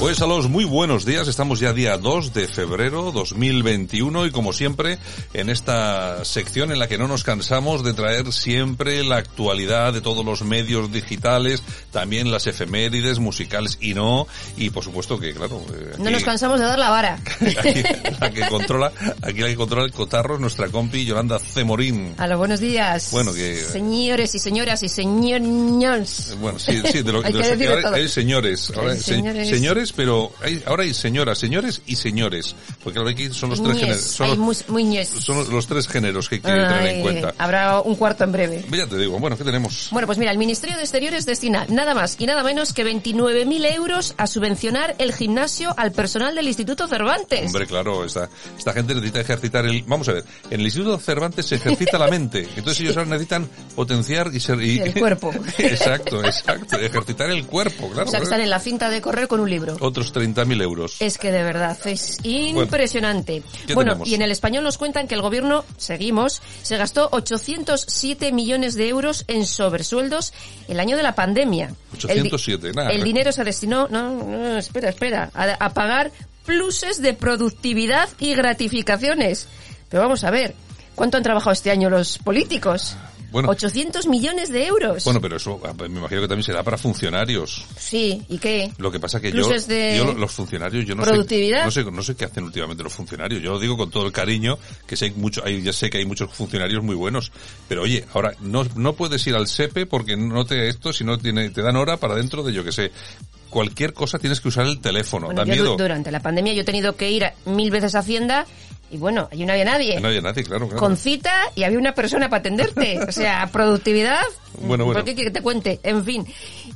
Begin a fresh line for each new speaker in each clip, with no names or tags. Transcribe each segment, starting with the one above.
Pues a los muy buenos días, estamos ya día 2 de febrero 2021 y como siempre en esta sección en la que no nos cansamos de traer siempre la actualidad de todos los medios digitales, también las efemérides musicales y no, y por supuesto que claro... eh,
No
aquí-
nos cansamos de dar la vara.
aquí la que controla, aquí la que controla el cotarro es nuestra compi Yolanda Cemorín.
A los buenos días.
Bueno, que-
Señores y señoras y señores.
Eh, Bueno, sí, sí, de lo,
Hay
de
que
los-
decir de
ahora
todo.
hay señores, ahora
Hay
se-
señores.
señores, pero hay- ahora hay señoras, señores y señores, porque ahora aquí son los tres
Muñez,
géneros, son,
hay
los-
mu- Muñez.
son los, los tres géneros que hay que tener en
Ay,
cuenta.
Habrá un cuarto en breve.
Ya te digo, bueno, ¿qué tenemos?
Bueno, pues mira, el Ministerio de Exteriores destina nada más y nada menos que 29.000 euros a subvencionar el gimnasio al personal del Instituto Cervantes.
Hombre, claro, esta, esta gente necesita ejercitar el... Vamos a ver, en el Instituto Cervantes se ejercita la mente, entonces ellos ahora necesitan potenciar y ser... y-
El cuerpo.
exacto, exacto, ejercitar el cuerpo, claro.
o sea, que están en la finta de correr con un libro.
Otros 30.000 euros.
Es que de verdad es impresionante.
¿qué
Bueno,
tenemos?
y en el español nos cuentan que el gobierno, seguimos, se gastó 807 millones de euros en sobresueldos el año de la pandemia. El di-
807, nada. ¿eh?
El dinero se destinó, no, no, espera, espera, a, a pagar pluses de productividad y gratificaciones. Pero vamos a ver. ¿Cuánto han trabajado este año los políticos?
Bueno.
800 millones de euros.
Bueno, pero eso ah, me imagino que también será para funcionarios.
sí, ¿y qué?
Lo que pasa que yo,
Pluses de-
yo lo- los funcionarios, yo no
productividad.
sé, no sé, no sé qué hacen últimamente los funcionarios. Yo lo digo con todo el cariño que sé mucho, hay, ya sé que hay muchos funcionarios muy buenos, pero oye, ahora no, no puedes ir al SEPE porque no te esto, si no tiene, te dan hora para dentro de yo que sé. Cualquier cosa tienes que usar el teléfono,
Bueno,
da
yo du-
miedo.
durante la pandemia yo he tenido que ir a- mil veces a Hacienda y bueno, allí no había nadie.
No hay nadie, claro, claro.
Con cita y había una persona para atenderte. O sea, productividad.
Bueno, bueno.
¿Por qué quiere que te cuente? En fin.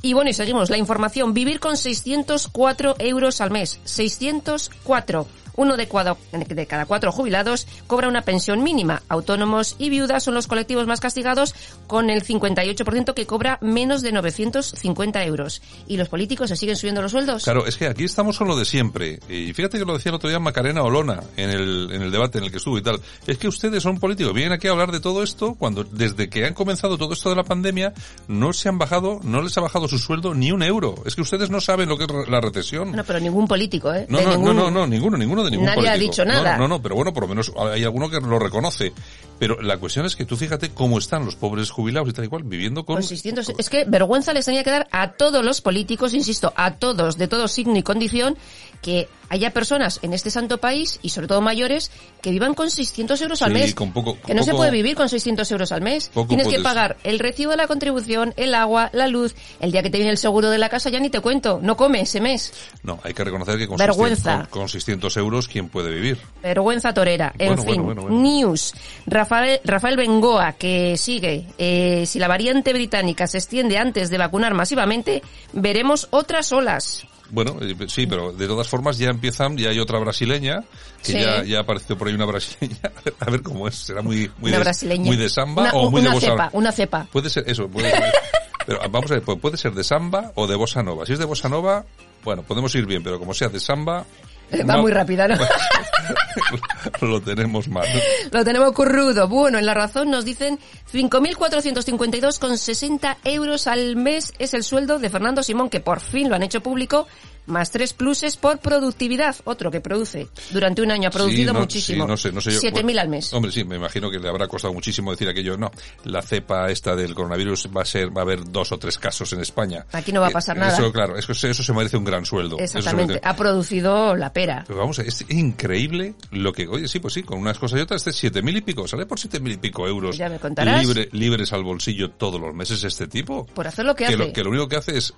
Y bueno, y seguimos. La información. Vivir con 604 euros al mes. 604. Uno de, cuadro- de cada cuatro jubilados cobra una pensión mínima. Autónomos y viudas son los colectivos más castigados con el 58% que cobra menos de 950 euros. ¿Y los políticos se siguen subiendo los sueldos?
Claro, es que aquí estamos con lo de siempre. Y fíjate que lo decía el otro día Macarena Olona en el, en el debate en el que estuvo y tal. Es que ustedes son políticos, vienen aquí a hablar de todo esto cuando desde que han comenzado todo esto de la pandemia no se han bajado, no les ha bajado su sueldo ni un euro. Es que ustedes no saben lo que es re- la recesión.
No, pero ningún político, ¿eh?
No,
De
no,
ningún-
no, no, no, ninguno, ninguno de ningún
Nadie ha
político.
dicho
No,
nada.
No, no, pero bueno, por lo menos hay alguno que lo reconoce. Pero la cuestión es que tú fíjate cómo están los pobres jubilados y tal y cual viviendo con...
Con e- 600. Es que vergüenza les tenía que dar a todos los políticos, insisto, a todos, de todo signo y condición, que haya personas en este santo país, y sobre todo mayores, que vivan con 600 euros al
Sí,
mes.
con poco-
que no se
poco-
puede vivir con 600 euros al mes.
Poco
Tienes que
puedes.
pagar el recibo de la contribución, el agua, la luz, el día que te viene el seguro de la casa, ya ni te cuento, no come ese mes.
No, hay que reconocer que con,
Vergüenza.
600 con- con 600 euros, ¿quién puede vivir?
Vergüenza torera. En
Bueno,
fin,
bueno, bueno, bueno.
news. Rafael, Rafael Bengoa, que sigue. eh, si la variante británica se extiende antes de vacunar masivamente, veremos otras olas.
Bueno, eh, sí, pero de todas formas ya empiezan, ya hay otra brasileña, que
Sí.
ya, ya ha aparecido por ahí una brasileña, a ver cómo es, será muy, muy,
una
de,
brasileña.
muy de samba
Una-
o muy
una
de bossa
cepa, una cepa.
Puede ser, eso, puede ser. pero vamos a ver, pu- puede ser de samba o de bossa nova. Si es de bossa nova, bueno, podemos ir bien, pero como sea de samba...
Eh, Va
no-
muy rápida, ¿no?
Lo tenemos mal.
Lo tenemos currudo. Bueno, en La Razón nos dicen 5.452,60 euros al mes es el sueldo de Fernando Simón, que por fin lo han hecho público, más tres pluses por productividad. Otro que produce. Durante un año ha producido
Sí, no,
muchísimo.
sí, no sé, no sé yo.
7.000
Bueno,
al mes.
Hombre, sí, me imagino que le habrá costado muchísimo decir aquello. No, la cepa esta del coronavirus va a ser, va a haber dos o tres casos en España.
Aquí no va a
Eh,
pasar nada.
Eso, claro, eso, eso se merece un gran sueldo. Eso se
Exactamente.
merece-
Ha producido la pera.
Pero vamos, es increíble lo que, oye, sí, pues sí, con unas cosas y otras, este siete mil y pico, sale por siete mil y pico euros.
Ya me contarás.
libre- libres al bolsillo todos los meses este tipo.
Por hacer lo que hace.
Lo, que lo único que hace es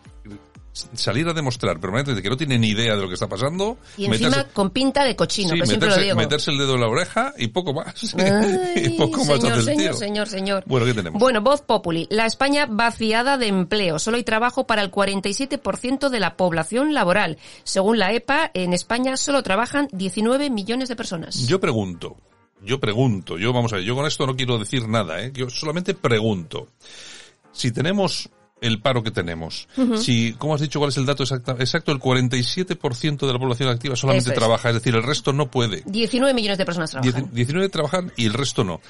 salir a demostrar permanentemente que no tiene ni idea de lo que está pasando.
Y encima
meterse-
con pinta de cochino,
sí,
que siempre lo
meterse,
digo.
meterse el dedo en la oreja y poco más.
Ay,
y poco más
señor,
hace el
señor,
tío.
señor, señor.
Bueno, ¿qué tenemos?
Bueno, Voz Populi. La España vaciada de empleo. Solo hay trabajo para el 47% de la población laboral. Según la EPA, en España solo trabajan 19 millones de personas.
Yo pregunto, yo pregunto, yo vamos a ver, yo con esto no quiero decir nada, ¿eh? yo solamente pregunto. Si tenemos el paro que tenemos, si, como has dicho, cuál es el dato exacta- exacto, el 47% de la población activa solamente
Eso es.
trabaja, es decir, el resto no puede.
19 millones de personas
Diez-
trabajan.
19 trabajan y el resto no.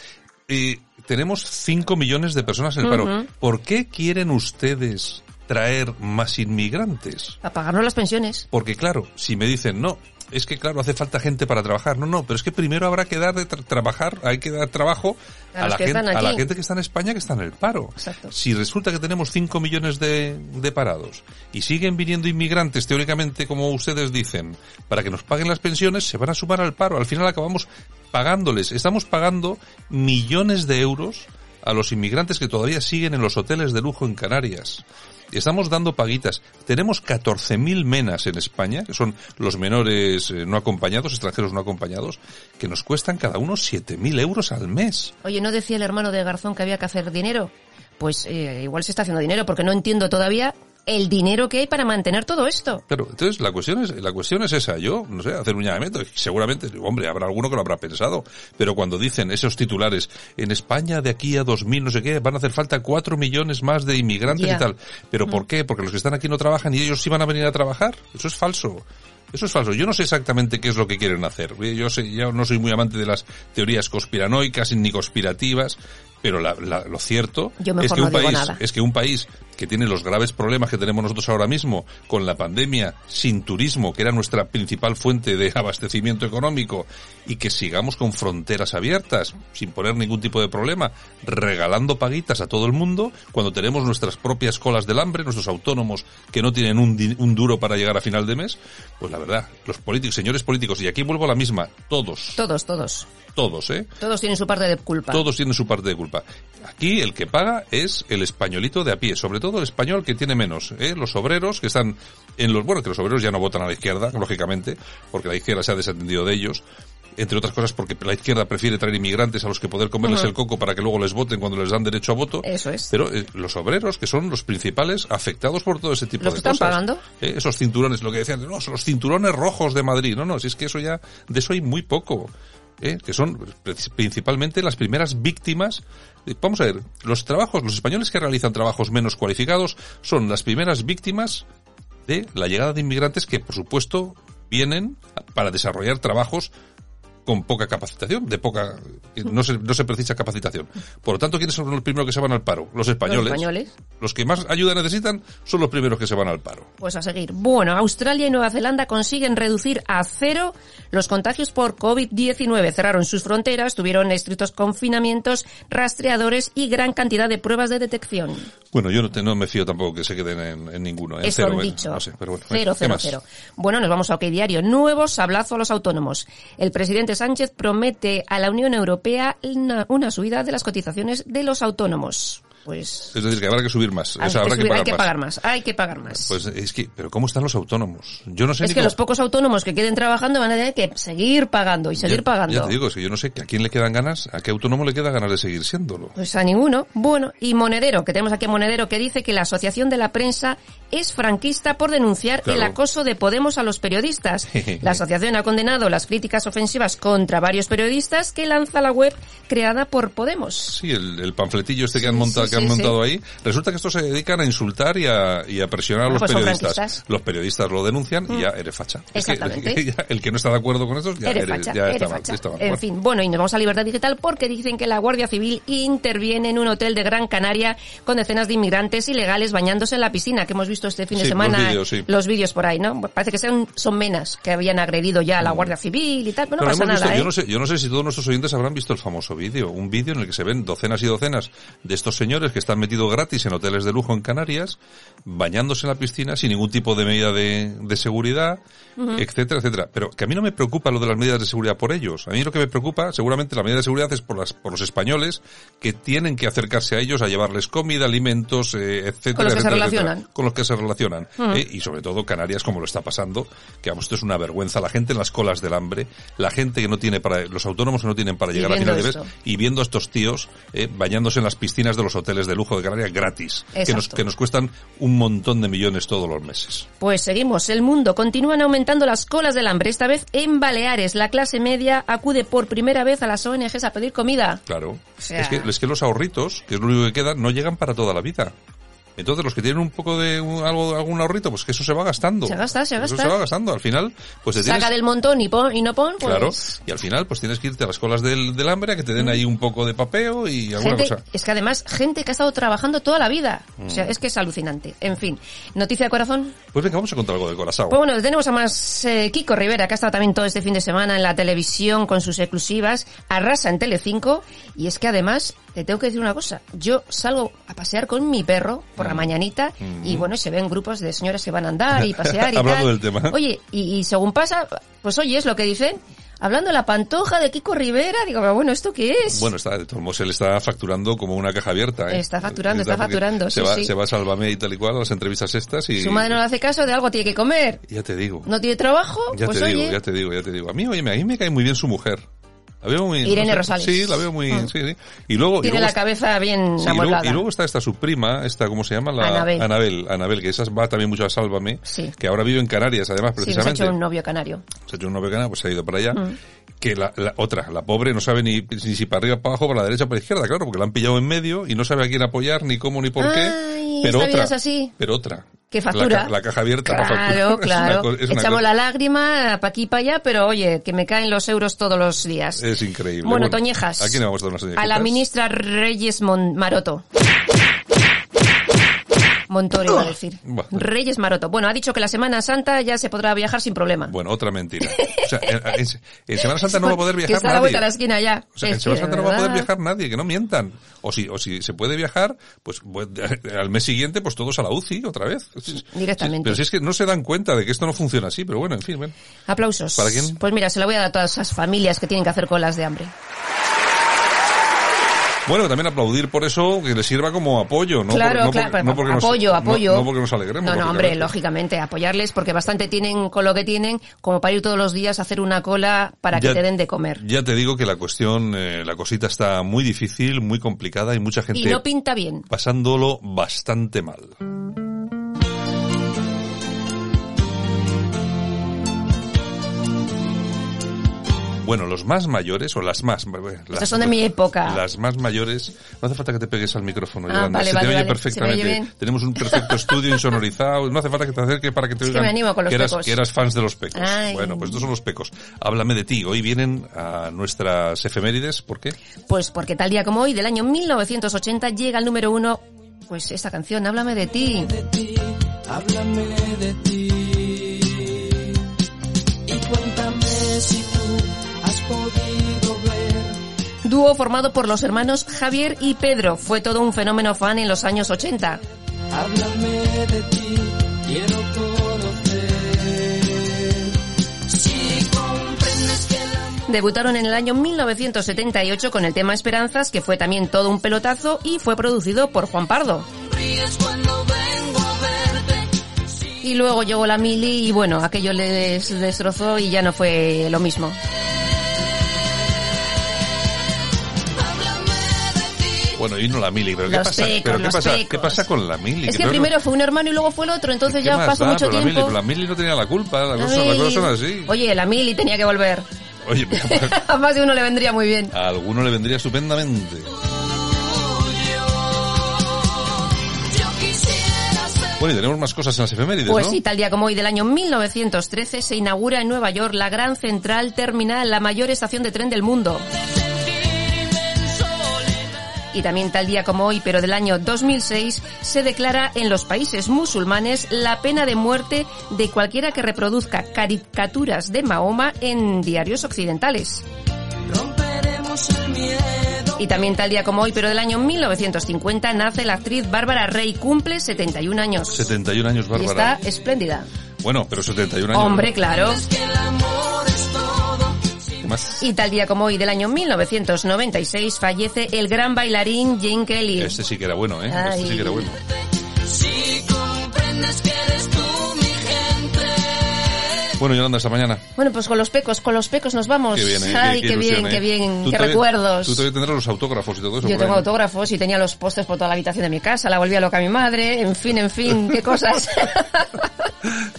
Eh, tenemos 5 millones de personas en el paro. ¿Por qué quieren ustedes traer más inmigrantes?
Para pagarnos las pensiones.
Porque claro, si me dicen, no, es que claro, hace falta gente para trabajar. No, no, pero es que primero habrá que dar de tra- trabajar, hay que dar trabajo
A
a,
los
la
que
gente,
están
a la
aquí.
gente que está en España que está en el paro.
Exacto.
Si resulta que tenemos 5 millones de, de parados y siguen viniendo inmigrantes, teóricamente, como ustedes dicen, para que nos paguen las pensiones, se van a sumar al paro. Al final acabamos pagándoles. Estamos pagando millones de euros a los inmigrantes que todavía siguen en los hoteles de lujo en Canarias. Estamos dando paguitas. Tenemos 14.000 menas en España, que son los menores eh, no acompañados, extranjeros no acompañados, que nos cuestan cada uno 7.000 euros al mes.
Oye, ¿no decía el hermano de Garzón que había que hacer dinero? Pues eh, igual se está haciendo dinero porque no entiendo todavía el dinero que hay para mantener todo esto.
Claro, entonces la cuestión es, la cuestión es esa. Yo, no sé, hacer un llamamiento. Seguramente, hombre, habrá alguno que lo habrá pensado. Pero cuando dicen esos titulares, en España de aquí a 2000, no sé qué, van a hacer falta cuatro millones más de inmigrantes
Ya. Mm.
y tal. ¿Pero por qué? Porque los que están aquí no trabajan y ellos sí van a venir a trabajar. Eso es falso. Eso es falso. Yo no sé exactamente qué es lo que quieren hacer. Yo sé, yo no soy muy amante de las teorías conspiranoicas ni conspirativas, Pero la- la- lo cierto
Yo mejor
es que,
no
un
digo
país,
nada.
es que un país que tiene los graves problemas que tenemos nosotros ahora mismo con la pandemia, sin turismo, que era nuestra principal fuente de abastecimiento económico, y que sigamos con fronteras abiertas, sin poner ningún tipo de problema, regalando paguitas a todo el mundo, cuando tenemos nuestras propias colas del hambre, nuestros autónomos que no tienen un, di- un duro para llegar a final de mes, pues la verdad, los políticos, señores políticos, y aquí vuelvo a la misma, todos,
Todos, todos.
todos, ¿eh?
Todos tienen su parte de culpa.
Todos tienen su parte de culpa. Aquí el que paga es el españolito de a pie, sobre todo el español que tiene menos, ¿eh? los obreros que están en los bueno que los obreros ya no votan a la izquierda, lógicamente, porque la izquierda se ha desentendido de ellos. Entre otras cosas porque la izquierda prefiere traer inmigrantes a los que poder comerles el coco para que luego les voten cuando les dan derecho a voto.
Eso es.
Pero eh, los obreros, que son los principales afectados por todo ese tipo de
¿Los que están
cosas.
pagando?
Eh, esos cinturones, lo que decían, no, son los cinturones rojos de Madrid. No, no, si es que eso ya, de eso hay muy poco. eh, que son pre- principalmente las primeras víctimas. Eh, Vamos a ver, los trabajos, los españoles que realizan trabajos menos cualificados son las primeras víctimas de la llegada de inmigrantes que, por supuesto, vienen para desarrollar trabajos con poca capacitación, de poca, que no se, no se precisa capacitación. Por lo tanto, ¿quiénes son los primeros que se van al paro? Los españoles.
Los españoles.
Los que más ayuda necesitan son los primeros que se van al paro.
Pues a seguir. Bueno, Australia y Nueva Zelanda consiguen reducir a cero los contagios por COVID-19. Cerraron sus fronteras, tuvieron estrictos confinamientos, rastreadores y gran cantidad de pruebas de detección.
Bueno, yo no, te- no me fío tampoco que se queden en, en ninguno. En
Eso
cero,
han
eh,
dicho.
no sé, pero bueno, eh,
cero,
¿qué
cero,
más?
cero. Bueno, nos vamos a OK Diario. Nuevo sablazo a los autónomos. El presidente Sánchez promete a la Unión Europea una, una subida de las cotizaciones de los autónomos. Pues...
Es decir, que habrá que subir más. O
hay
sea, habrá
subir, hay
que pagar más.
hay que pagar más.
Pues es que, pero ¿cómo están los autónomos? Yo no sé
es
ni
que
cómo-
los pocos autónomos que queden trabajando van a tener que seguir pagando y seguir
Ya-
pagando.
Ya te digo, es que yo no sé que a quién le quedan ganas, a qué autónomo le queda ganas de seguir siéndolo.
Pues a ninguno. Bueno, y Monedero, que tenemos aquí a Monedero, que dice que la Asociación de la Prensa es franquista por denunciar
Claro.
el acoso de Podemos a los periodistas. La asociación ha condenado las críticas ofensivas contra varios periodistas que lanza la web creada por Podemos.
Sí, el, el panfletillo este que han montado,
sí,
que han
sí,
montado ahí. Resulta que estos se dedican a insultar y a, y a presionar a los
Pues son
periodistas.
franquistas.
Los periodistas lo denuncian y ya eres facha. Es que-
Exactamente.
ya el que no está de acuerdo con eso ya,
Eres
eres-
facha,
ya
eres
está mal.
facha.
está mal.
En
Bueno.
fin, bueno, y nos vamos a Libertad Digital porque dicen que la Guardia Civil interviene en un hotel de Gran Canaria con decenas de inmigrantes ilegales bañándose en la piscina, que hemos visto este fin de
Sí,
semana
los vídeos, sí.
los vídeos por ahí, ¿no? Parece que son, son menas que habían agredido ya a la Guardia Civil y tal, pero no,
Mm. Pero
pasa
hemos visto-
nada, ¿eh?
yo, no sé, yo no sé si todos nuestros oyentes habrán visto el famoso vídeo, un vídeo en el que se ven docenas y docenas de estos señores que están metidos gratis en hoteles de lujo en Canarias, bañándose en la piscina sin ningún tipo de medida de, de seguridad, etcétera, etcétera. Pero que a mí no me preocupa lo de las medidas de seguridad por ellos. A mí lo que me preocupa, seguramente la medida de seguridad es por, las, por los españoles que tienen que acercarse a ellos a llevarles comida, alimentos, eh, etcétera.
Con los que se
etcétera, etcétera.
relacionan.
con los que se relacionan.
Mm.
¿eh? Y sobre todo Canarias, como lo está pasando, que vamos, esto es una vergüenza. La gente en las colas del hambre, la gente que no tiene para, los autónomos que no tienen para
Y
llegar a
viendo
final de mes,
esto.
y viendo a estos tíos eh, bañándose en las piscinas de los hoteles de lujo de Canarias gratis, que nos,
Exacto.
que nos cuestan un montón de millones todos los meses.
Pues seguimos, el mundo. Continúan aumentando las colas del hambre. Esta vez en Baleares, la clase media acude por primera vez a las ONGs a pedir comida.
Claro.
sea-
es, que, es que los ahorritos, que es lo único que queda, no llegan para toda la vida. Entonces los que tienen un poco de un- algo, algún ahorrito, pues que eso se va gastando.
Se gasta, se
Eso
gasta.
se va gastando. Al final, pues te tienes
Saca del montón y, pon- y no pon, pues...
Claro, y al final pues tienes que irte a las colas del, del hambre a que te den ahí un poco de papeo y alguna
Gente-
cosa. Mm.
es que además, gente que ha estado trabajando toda la vida. O sea, es que es alucinante. En fin, noticia de corazón.
Pues venga, vamos a contar algo de corazón.
Pues bueno, tenemos a más eh, Kiko Rivera, que ha estado también todo este fin de semana en la televisión con sus exclusivas, arrasa en Telecinco, y es que además, te tengo que decir una cosa, yo salgo a pasear con mi perro por
Mm.
la mañanita, y bueno, se ven grupos de señoras que van a andar y pasear y
Hablando del
tal.
tema.
Oye, y, y según pasa, pues oye, es lo que dicen, hablando de la pantoja de Kiko Rivera, digo, pero bueno, ¿esto qué es?
Bueno, está, de todos modos, él está facturando como una caja abierta. ¿eh?
Está facturando, está
porque
facturando,
Se
sí,
va,
sí.
se va a Sálvame y tal y cual a las entrevistas estas y...
Su madre no le hace caso, de algo tiene que comer.
Ya te digo.
¿No tiene trabajo?
Ya
pues
te
oye,
digo, ya te digo, ya te digo. A mí, oye, me- a mí me cae muy bien su mujer. La veo muy...
Irene
no sé,
Rosales. Ah.
Sí, la veo muy... Sí, sí. Y luego...
tiene
y luego
la cabeza bien
Sí, y, luego,
amueblada.
y luego está esta su prima, esta, ¿cómo se llama? La,
Anabel.
Anabel, Anabel, que esa va también mucho a Sálvame,
Sí.
que ahora vive en Canarias, además,
Sí, nos ha
precisamente.
hecho un novio canario.
se ha hecho una vegana, pues se ha ido para allá.
Mm.
Que la, la otra, la pobre, no sabe ni, ni si para arriba, para abajo, para la derecha, para la izquierda, claro, porque la han pillado en medio y no sabe a quién apoyar, ni cómo, ni por
Ay,
qué. Pero
esta
otra,
vida es así.
pero otra,
que factura.
La, ca- la caja abierta. no factura.
Claro,
Es una
claro.
co- es una
Echamos
cosa-
la lágrima para aquí para allá, pero oye, que me caen los euros todos los días.
Es eh, increíble.
Bueno,
Bueno,
Toñejas.
¿a quién le vamos a dar unas
A la
toñejitas?
ministra Reyes Mon- Maroto. Montoro iba a decir.
Buah.
Reyes Maroto. Bueno, ha dicho que la Semana Santa ya se podrá viajar sin problema.
Bueno, otra mentira. O sea, en, en- en Semana Santa no va a poder
Que
viajar
está a la
nadie.
vuelta a la esquina ya.
O sea, en
Es
Semana
que, de
Santa no va a poder
verdad.
viajar nadie, que no mientan. O si, o si se puede viajar, pues, pues, al mes siguiente, pues todos a la UCI otra vez.
Directamente.
Pero si es que no se dan cuenta de que esto no funciona así, pero bueno, en fin, bueno.
Aplausos.
¿Para quién?
Pues mira, se la voy a dar a todas esas familias que tienen que hacer colas de hambre.
Bueno, también aplaudir por eso, que le sirva como apoyo, ¿no? Por-
claro,
no
claro.
por- no porque nos-
apoyo,
no-
apoyo.
No, porque nos alegremos.
No, no, hombre,
lógicamente.
lógicamente, apoyarles porque bastante tienen con lo que tienen como para ir todos los días a hacer una cola para que
Ya-
te den de comer.
Ya te digo que la cuestión, eh, la cosita está muy difícil, muy complicada y mucha gente
Y no pinta bien.
pasándolo bastante mal. Bueno, los más mayores, o las más... bueno, Las,
Estas son de mi época.
Las más mayores... No hace falta que te pegues al micrófono,
Ah,
Yolanda.
vale,
se
vale,
te oye
vale.
perfectamente.
Se me oye bien.
Tenemos un perfecto estudio insonorizado. No hace falta que te acerques para que te
Es que
oigan
me animo con los
que eras-
pecos.
que eras fans de los pecos.
Ay.
Bueno, pues estos son los pecos. Háblame de ti. Hoy vienen a nuestras efemérides. ¿Por qué?
Pues porque tal día como hoy, del año 1980, llega al número uno, pues esta canción, Háblame de ti.
Háblame de ti y cuéntame si tú has podido ver
Dúo formado por los hermanos Javier y Pedro. Fue todo un fenómeno fan en los años 80.
Háblame de ti, quiero conocer. Si comprendes que el amor
Debutaron en el año 1978 con el tema Esperanzas, que fue también todo un pelotazo y fue producido por Juan Pardo.
ríes cuando vengo a verte.
Y luego llegó la Mili y bueno, aquello les destrozó y ya no fue lo mismo.
Háblame de ti.
Bueno, y no la mili, pero ¿qué
Los
pasa?
pecos,
¿Pero qué
los
pasa?
pecos.
¿Qué pasa con la mili?
Es que
no-
primero fue un hermano y luego fue el otro, entonces
¿qué
ya
más
pasó
da?
mucho
Pero La mili,
tiempo.
pero la mili no tenía la culpa, la
La
cosa, la cosa
Mili.
son así.
Oye, la Mili tenía que volver.
Oye, pero
A más de uno le vendría muy bien.
a alguno le vendría estupendamente.
Yo quisiera ser
Bueno, y tenemos más cosas en las efemérides,
Pues
¿no?
sí, tal día como hoy del año 1913 se inaugura en Nueva York la Gran Central Terminal, la mayor estación de tren del mundo. Y también tal día como hoy, pero del año 2006, se declara en los países musulmanes la pena de muerte de cualquiera que reproduzca caricaturas de Mahoma en diarios occidentales.
romperemos el miedo.
Y también tal día como hoy, pero del año 1950, nace la actriz Bárbara Rey, cumple 71 años.
71 años,
y está
Bárbara.
espléndida.
Bueno, pero 71 años.
Hombre, claro.
Que el amor es todo.
¿Qué más?
Y tal día como hoy del año 1996 fallece el gran bailarín Jim Kelly.
Este sí que era bueno, ¿eh?
Ay.
Este sí que era bueno.
Si comprendes que eres tú mi gente.
Bueno, Yolanda, hasta mañana.
Bueno, pues con los pecos, con los pecos nos vamos.
Qué bien, ¿eh?
Ay, qué,
ilusión,
bien,
¿eh?
qué bien,
Tú
qué
todavía-
recuerdos.
Tú todavía tendrás los autógrafos y todo eso. por
Yo
ahí,
tengo
¿no?
autógrafos y tenía los pósters por toda la habitación de mi casa, la volvía loca a mi madre, en fin, en fin, qué cosas.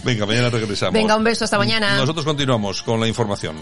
Venga, mañana regresamos.
Venga, un beso, hasta mañana.
Nosotros continuamos con la información.